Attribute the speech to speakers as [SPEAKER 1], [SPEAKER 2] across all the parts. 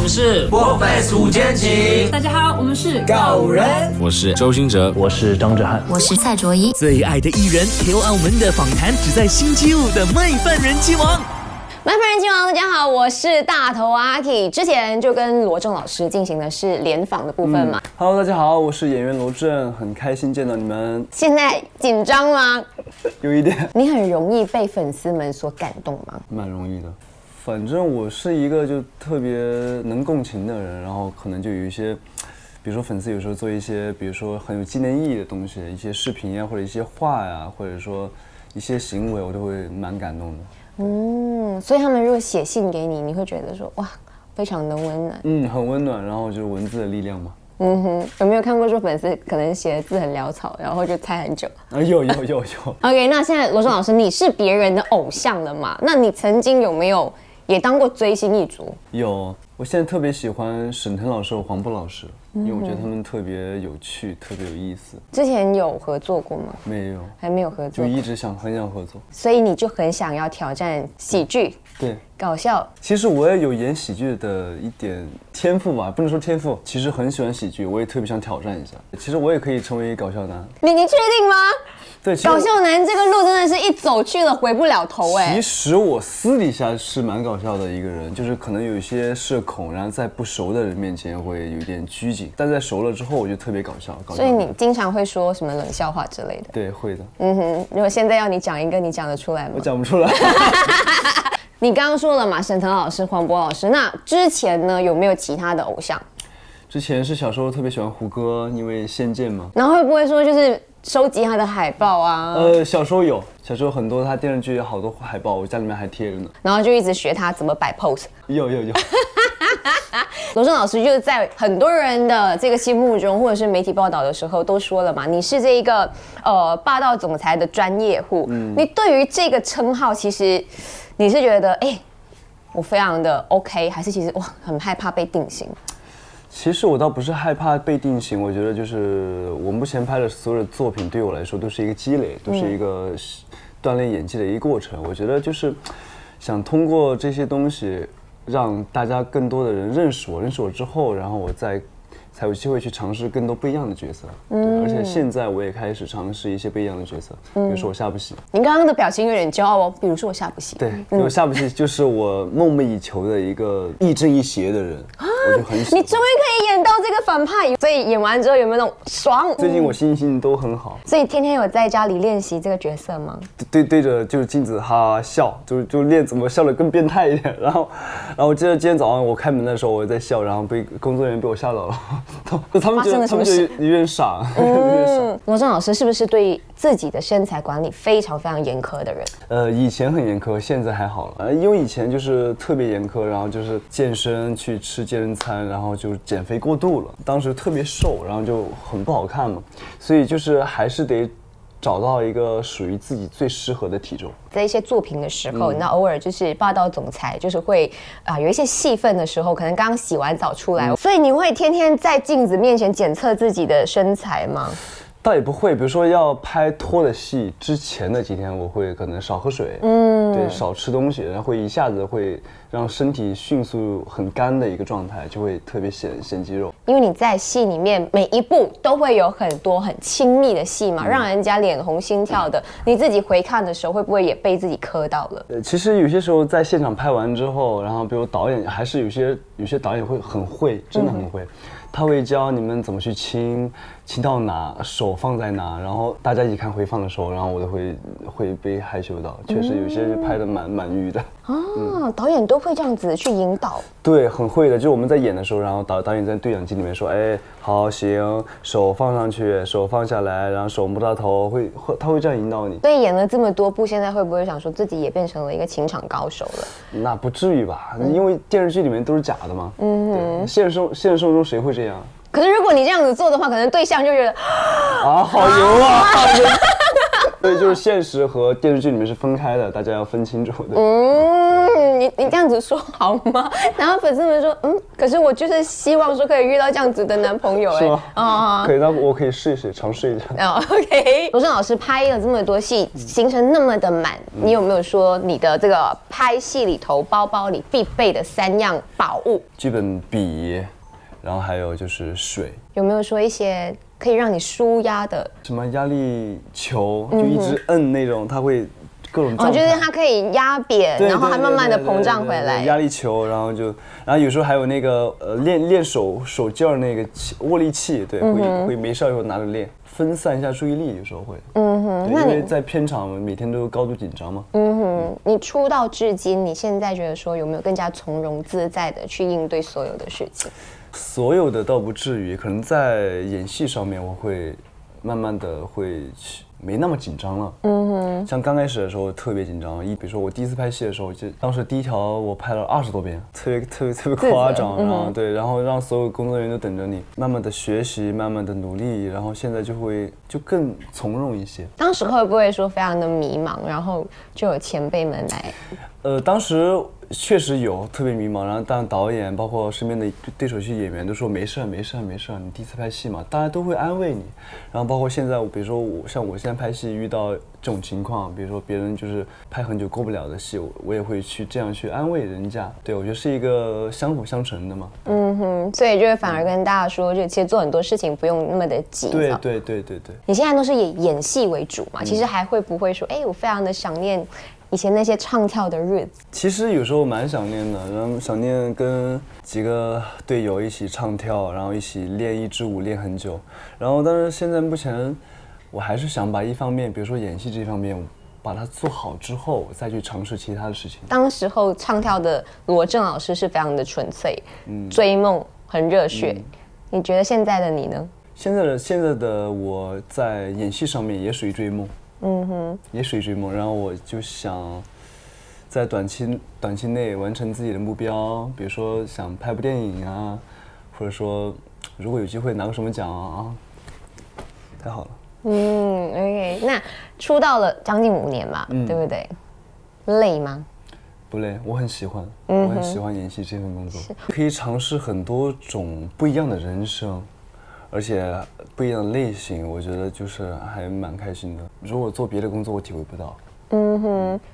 [SPEAKER 1] 们是
[SPEAKER 2] 墨菲五间情，
[SPEAKER 3] 大家好，我们是
[SPEAKER 2] 狗人，
[SPEAKER 1] 我是周兴哲，
[SPEAKER 4] 我是张哲瀚，
[SPEAKER 5] 我是蔡卓宜。
[SPEAKER 6] 最爱的艺人 Q 澳门的访谈，只在星期五的《麦饭人气王》。
[SPEAKER 7] 麦饭人气王，大家好，我是大头阿 K。之前就跟罗正老师进行的是联访的部分嘛。
[SPEAKER 8] Hello，大家好，我是演员罗振，很开心见到你们，
[SPEAKER 7] 现在紧张吗？
[SPEAKER 8] 有一点
[SPEAKER 7] 你很容易被粉丝们所感动吗？
[SPEAKER 8] 蛮容易的。反正我是一个就特别能共情的人，然后可能就有一些，比如说粉丝有时候做一些，比如说很有纪念意义的东西，一些视频呀，或者一些话呀，或者说一些行为，我都会蛮感动的。
[SPEAKER 7] 嗯，所以他们如果写信给你，你会觉得说哇，非常的温暖。
[SPEAKER 8] 嗯，很温暖，然后就是文字的力量嘛。
[SPEAKER 7] 嗯哼，有没有看过说粉丝可能写的字很潦草，然后就猜很久
[SPEAKER 8] 啊，有有有有，
[SPEAKER 7] ？OK，那现在罗正老师，你是别人的偶像了嘛？那你曾经有没有也当过追星一族？
[SPEAKER 8] 有，我现在特别喜欢沈腾老师和黄渤老师，因为我觉得他们特别有趣，特别有意思。
[SPEAKER 7] 之前有合作过吗？
[SPEAKER 8] 嗯没有，
[SPEAKER 7] 还没有合
[SPEAKER 8] 就
[SPEAKER 7] 作，
[SPEAKER 8] 一直想很想合作。
[SPEAKER 7] 所以你就很想要挑战喜剧、
[SPEAKER 8] 对，
[SPEAKER 7] 搞笑。
[SPEAKER 8] 其实我也有演喜剧的一点天赋吧，不能说天赋，其实很喜欢喜剧，我也特别想挑战一下。其实我也可以成为搞笑男。
[SPEAKER 7] 你你确定吗？
[SPEAKER 8] 对，其实
[SPEAKER 7] 搞笑男这个路真的是一走去了回不了头哎、
[SPEAKER 8] 其实我私底下是蛮搞笑的一个人，就是可能有一些社恐，然后在不熟的人面前会有一点拘谨，但在熟了之后我就特别搞笑。搞笑
[SPEAKER 7] 所以你经常会说什么冷笑话之类的。
[SPEAKER 8] 对会的，
[SPEAKER 7] 嗯哼，如果现在要你讲一个，你讲得出来
[SPEAKER 8] 我
[SPEAKER 7] 吗？
[SPEAKER 8] 讲不出来。
[SPEAKER 7] 你刚刚说了嘛，沈腾老师、黄渤老师，那之前呢有没有其他的偶像？
[SPEAKER 8] 之前是小时候特别喜欢胡歌，因为《仙剑》嘛。
[SPEAKER 7] 然后会不会说就是收集他的海报啊，
[SPEAKER 8] 呃，小时候有，小时候很多他电视剧有好多海报，我家里面还贴着呢。
[SPEAKER 7] 然后就一直学他怎么摆 pose？
[SPEAKER 8] 有有有，
[SPEAKER 7] 罗振老师就是在很多人的这个心目中，或者是媒体报道的时候都说了嘛，你是这一个呃霸道总裁的专业户。
[SPEAKER 8] 嗯
[SPEAKER 7] 你对于这个称号，其实你是觉得哎、我非常的 OK，还是其实哇很害怕被定型？
[SPEAKER 8] 其实我倒不是害怕被定型，我觉得就是我目前拍的所有的作品，对我来说都是一个积累，都是一个呃锻炼演技的一个过程。我觉得就是想通过这些东西，让大家更多的人认识我，认识我之后，然后我再才有机会去尝试更多不一样的角色。嗯，而且现在我也开始尝试一些不一样的角色，比
[SPEAKER 7] 嗯
[SPEAKER 8] 如说我下部戏。
[SPEAKER 7] 您刚刚的表情有点骄傲哦，比如说我下部嗯戏，
[SPEAKER 8] 对，因为下部戏就是我梦寐以求的一个亦正亦邪的人，我就很喜
[SPEAKER 7] 你
[SPEAKER 8] 欢。
[SPEAKER 7] 终于可以演到这个反派，所以演完之后有没有那种爽？嗯
[SPEAKER 8] 最近我心情都很好，
[SPEAKER 7] 所以天天有在家里练习这个角色吗？
[SPEAKER 8] 对对着就是镜子哈哈笑，就就练怎么笑得更变态一点。 然后，然后我记得今天早上我开门的时候我在笑，然后被工作人员被我吓到了， 就他们
[SPEAKER 7] 发
[SPEAKER 8] 觉
[SPEAKER 7] 生了
[SPEAKER 8] 得
[SPEAKER 7] 什
[SPEAKER 8] 他
[SPEAKER 7] 么
[SPEAKER 8] 们就
[SPEAKER 7] 事
[SPEAKER 8] 有点傻，有点傻。
[SPEAKER 7] 嗯，罗振老师是不是对自己的身材管理非常非常严苛的人？
[SPEAKER 8] 呃，以前很严苛，现在还好了。呃，因为以前就是特别严苛，然后就是健身去吃健身餐，然后就是减肥过度了。当时特别瘦，然后就很不好看嘛，所以就是还是得找到一个属于自己最适合的体重。
[SPEAKER 7] 在一些作品的时候，那、偶尔就是霸道总裁，就是会啊、有一些戏份的时候，可能刚洗完澡出来，所以你会天天在镜子面前检测自己的身材吗？
[SPEAKER 8] 倒也不会，比如说要拍拖的戏之前的几天，我会可能少喝水，嗯，对，少吃东西，然后会一下子会让身体迅速很干的一个状态，就会特别显显肌肉。
[SPEAKER 7] 因为你在戏里面每一部都会有很多很亲密的戏嘛，让人家脸红心跳的。你自己回看的时候，会不会也被自己磕到了？
[SPEAKER 8] 呃，其实有些时候在现场拍完之后，然后比如导演还是有些有些导演会很会，真的很会，他会教你们怎么去亲，亲到哪，手放在哪，然后大家一起看回放的时候，然后我都会会被害羞到，确实有些是拍的蛮蛮晕的，
[SPEAKER 7] 啊，导演都会这样子去引导。
[SPEAKER 8] 对，很会的，就是我们在演的时候，然后导导演在对讲机里面说，哎，好行，手放上去，手放下来，然后手摸到头，会会他会这样引导你，
[SPEAKER 7] 所以演了这么多部，现在会不会想说自己也变成了一个情场高手了？
[SPEAKER 8] 那不至于吧？因为电视剧里面都是假的嘛。嗯，现实生现实生活中谁会这样
[SPEAKER 7] 可是如果你这样子做的话，可能对象就觉得
[SPEAKER 8] 啊？好油啊！ 对，就是现实和电视剧里面是分开的，大家要分清楚的。
[SPEAKER 7] 嗯，嗯，你你这样子说好吗？然后粉丝们说，嗯，可是我就是希望说可以遇到这样子的男朋友、
[SPEAKER 8] 是
[SPEAKER 7] 哎
[SPEAKER 8] 吗，
[SPEAKER 7] 啊、
[SPEAKER 8] 可以，那我可以试一试，尝试一下。
[SPEAKER 7] 哦，OK。罗振老师拍了这么多戏，行程那么的满，你有没有说你的这个拍戏里头包包里必备的三样宝物？
[SPEAKER 8] 剧本笔，然后还有就是水，
[SPEAKER 7] 有没有说一些可以让你舒压的？
[SPEAKER 8] 什么压力球，
[SPEAKER 7] 嗯
[SPEAKER 8] 就一直摁那种，它会各种
[SPEAKER 7] 我
[SPEAKER 8] 胀
[SPEAKER 7] 觉
[SPEAKER 8] 开。
[SPEAKER 7] 得哦它可以压扁，
[SPEAKER 8] 对
[SPEAKER 7] 然后
[SPEAKER 8] 对
[SPEAKER 7] 它
[SPEAKER 8] 对
[SPEAKER 7] 慢慢的
[SPEAKER 8] 对对
[SPEAKER 7] 膨胀
[SPEAKER 8] 对
[SPEAKER 7] 回
[SPEAKER 8] 对
[SPEAKER 7] 来。
[SPEAKER 8] 压力球，然后就，然后有时候还有那个呃练练手手劲儿那个气握力器，对，
[SPEAKER 7] 嗯
[SPEAKER 8] 会会没事儿就拿着练，分散一下注意力，有时候会。嗯哼，因为在片场每天都高度紧张嘛。
[SPEAKER 7] 嗯，你出道至今，你现在觉得说有没有更加从容自在的去应对所有的事情？
[SPEAKER 8] 所有的倒不至于，可能在演戏上面我会慢慢的会去没那么紧张了。嗯哼，像刚开始的时候特别紧张，一比如说我第一次拍戏的时候，就当时第一条我拍了二十多遍，特别特别特别夸张，然后对，然后让所有工作人员都等着你，慢慢的学习，慢慢的努力，然后现在就会就更从容一些。
[SPEAKER 7] 当时会不会说非常的迷茫，然后就有前辈们来
[SPEAKER 8] 呃，当时确实有特别迷茫，然后但导演包括身边的对手戏演员都说没事儿，没事儿，没事儿，你第一次拍戏嘛，大家都会安慰你。然后包括现在，比如说我像我现在拍戏遇到这种情况，比如说别人就是拍很久过不了的戏，我我也会去这样去安慰人家。对我觉得是一个相辅相成的嘛。
[SPEAKER 7] 嗯，所以就是反而跟大家说，就其实做很多事情不用那么的急
[SPEAKER 8] 对嗯
[SPEAKER 7] 躁。
[SPEAKER 8] 对对对对。
[SPEAKER 7] 你现在都是以演戏为主嘛，其实还会不会说，哎，我非常的想念以前那些唱跳的日子？
[SPEAKER 8] 其实有时候蛮想念的，然后想念跟几个队友一起唱跳，然后一起练一支舞练很久。然后，但是现在目前，我还是想把一方面，比如说演戏这方面，把它做好之后，再去尝试其他的事情。
[SPEAKER 7] 当时候唱跳的罗振老师是非常的纯粹，
[SPEAKER 8] 嗯
[SPEAKER 7] 追梦很热血。你觉得现在的你呢？
[SPEAKER 8] 现在的现在的我在演戏上面也属于追梦，嗯哼，也属于追梦。然后我就想在短期短期内完成自己的目标，比如说想拍部电影啊，或者说如果有机会拿个什么奖啊，太好了。
[SPEAKER 7] 嗯，OK，那出道了将近五年嘛，
[SPEAKER 8] 嗯
[SPEAKER 7] 对不对？累吗？
[SPEAKER 8] 不累，我很喜欢，我很喜欢演戏这份工作，可以尝试很多种不一样的人生，而且不一样的类型，我觉得就是还蛮开心的。如果做别的工作，我体会不到。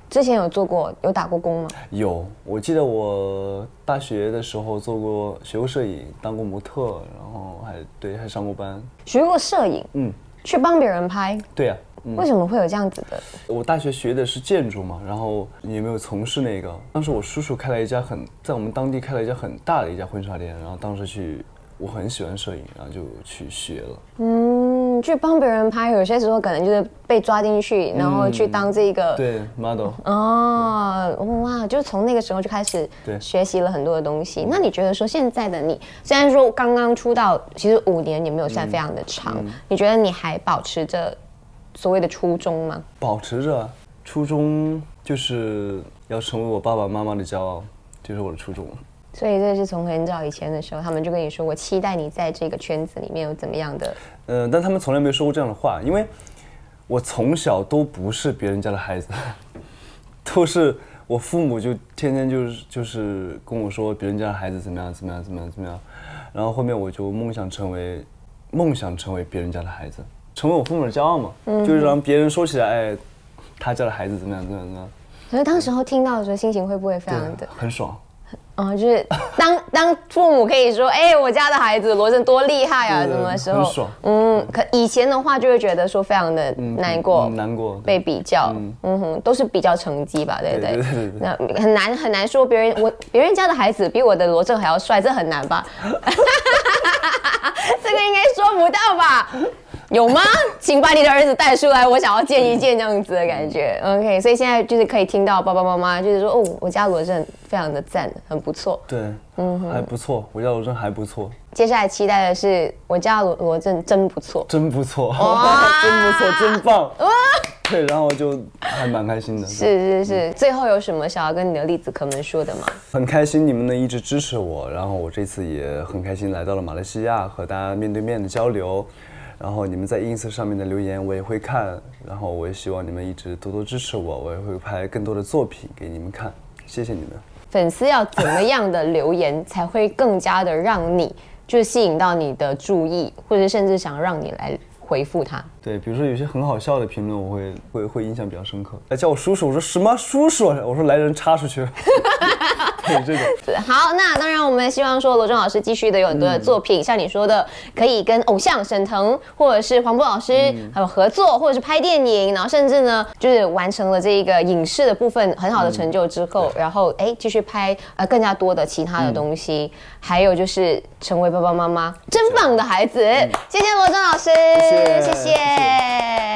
[SPEAKER 7] 之前有做过，有打过工吗？
[SPEAKER 8] 有，我记得我大学的时候做过学过摄影，当过模特，然后还对还上过班。
[SPEAKER 7] 学过摄影，
[SPEAKER 8] 嗯，
[SPEAKER 7] 去帮别人拍，
[SPEAKER 8] 对呀、嗯，
[SPEAKER 7] 为什么会有这样子的？
[SPEAKER 8] 我大学学的是建筑嘛，然后也没有从事那个。当时我叔叔开了一家很在我们当地开了一家很大的一家婚纱店，然后当时去我很喜欢摄影，然后就去学了。
[SPEAKER 7] 嗯，去帮别人拍，有些时候可能就是被抓进去，然后去当这个。
[SPEAKER 8] 嗯对，model。
[SPEAKER 7] 哦，哇！就从那个时候就开始
[SPEAKER 8] 对
[SPEAKER 7] 学习了很多的东西。那你觉得说现在的你，虽然说刚刚出道，其实五年也没有算非常的长，
[SPEAKER 8] 嗯
[SPEAKER 7] 你觉得你还保持着所谓的初衷吗？
[SPEAKER 8] 保持着初衷，就是要成为我爸爸妈妈的骄傲，这是我的初衷。
[SPEAKER 7] 所以这是从很早以前的时候，他们就跟你说，我期待你在这个圈子里面有怎么样的。
[SPEAKER 8] 呃，但他们从来没有说过这样的话，因为我从小都不是别人家的孩子， 都是我父母就天天就是就是跟我说别人家的孩子怎么样怎么样怎么样怎么样，然后后面我就梦想成为梦想成为别人家的孩子，成为我父母的骄傲嘛，
[SPEAKER 7] 嗯
[SPEAKER 8] 就是让别人说起来，哎，他家的孩子怎么样怎么样怎么样，
[SPEAKER 7] 所以当时候听到的时候，心情会不会非常的
[SPEAKER 8] 对，很爽。
[SPEAKER 7] 哦，就是 当当父母可以说，哎、我家的孩子罗振多厉害啊，
[SPEAKER 8] 对对
[SPEAKER 7] 什
[SPEAKER 8] 对
[SPEAKER 7] 么时
[SPEAKER 8] 很
[SPEAKER 7] 候
[SPEAKER 8] 爽？
[SPEAKER 7] 嗯，可以前的话就会觉得说非常的难过，
[SPEAKER 8] 嗯难过
[SPEAKER 7] 被
[SPEAKER 8] 对
[SPEAKER 7] 比较，嗯哼，都是比较成绩吧，对不对
[SPEAKER 8] 对对对对？
[SPEAKER 7] 那很难很难说别人我别人家的孩子比我的罗振还要帅，这很难吧？ 这个应该说不到吧？有吗？请把你的儿子带出来，我想要见一见这样子的感觉。OK，所以
[SPEAKER 8] 嗯
[SPEAKER 7] 现在就是可以听到爸爸妈妈就是说，哦，我家罗振非常的赞，很不错。
[SPEAKER 8] 对，
[SPEAKER 7] 嗯
[SPEAKER 8] 还不错，我家罗真还不错，
[SPEAKER 7] 接下来期待的是我家罗罗振真不错。
[SPEAKER 8] 真不错， 真不错，真棒。对，然后就还蛮开心的，对
[SPEAKER 7] 是是是，最后有什么想要跟你的栗子壳们说的吗？
[SPEAKER 8] 很开心你们能一直支持我，然后我这次也很开心来到了马来西亚和大家面对面的交流，然后你们在 ins 上面的留言我也会看，然后我也希望你们一直多多支持我，我也会拍更多的作品给你们看，谢谢你们。
[SPEAKER 7] 粉丝要怎么样的留言才会更加的让你就是吸引到你的注意，或者甚至想让你来回复他？
[SPEAKER 8] 对，比如说有些很好笑的评论，我会会会印象比较深刻。哎，叫我叔叔，我说什么叔叔？啊我说来人插出去。 对这种，
[SPEAKER 7] 好，那当然，我们希望说罗振老师继续的有很多的作品，像你说的，可以跟偶像沈腾或者是黄渤老师还有合作，或者是拍电影，然后甚至呢，就是完成了这个影视的部分很好的成就之后，然后哎继续拍呃更加多的其他的东西，还有就是成为爸爸妈妈真棒的孩子，谢谢罗振老师，
[SPEAKER 8] 谢谢
[SPEAKER 7] 谢
[SPEAKER 8] 谢谢
[SPEAKER 7] 谢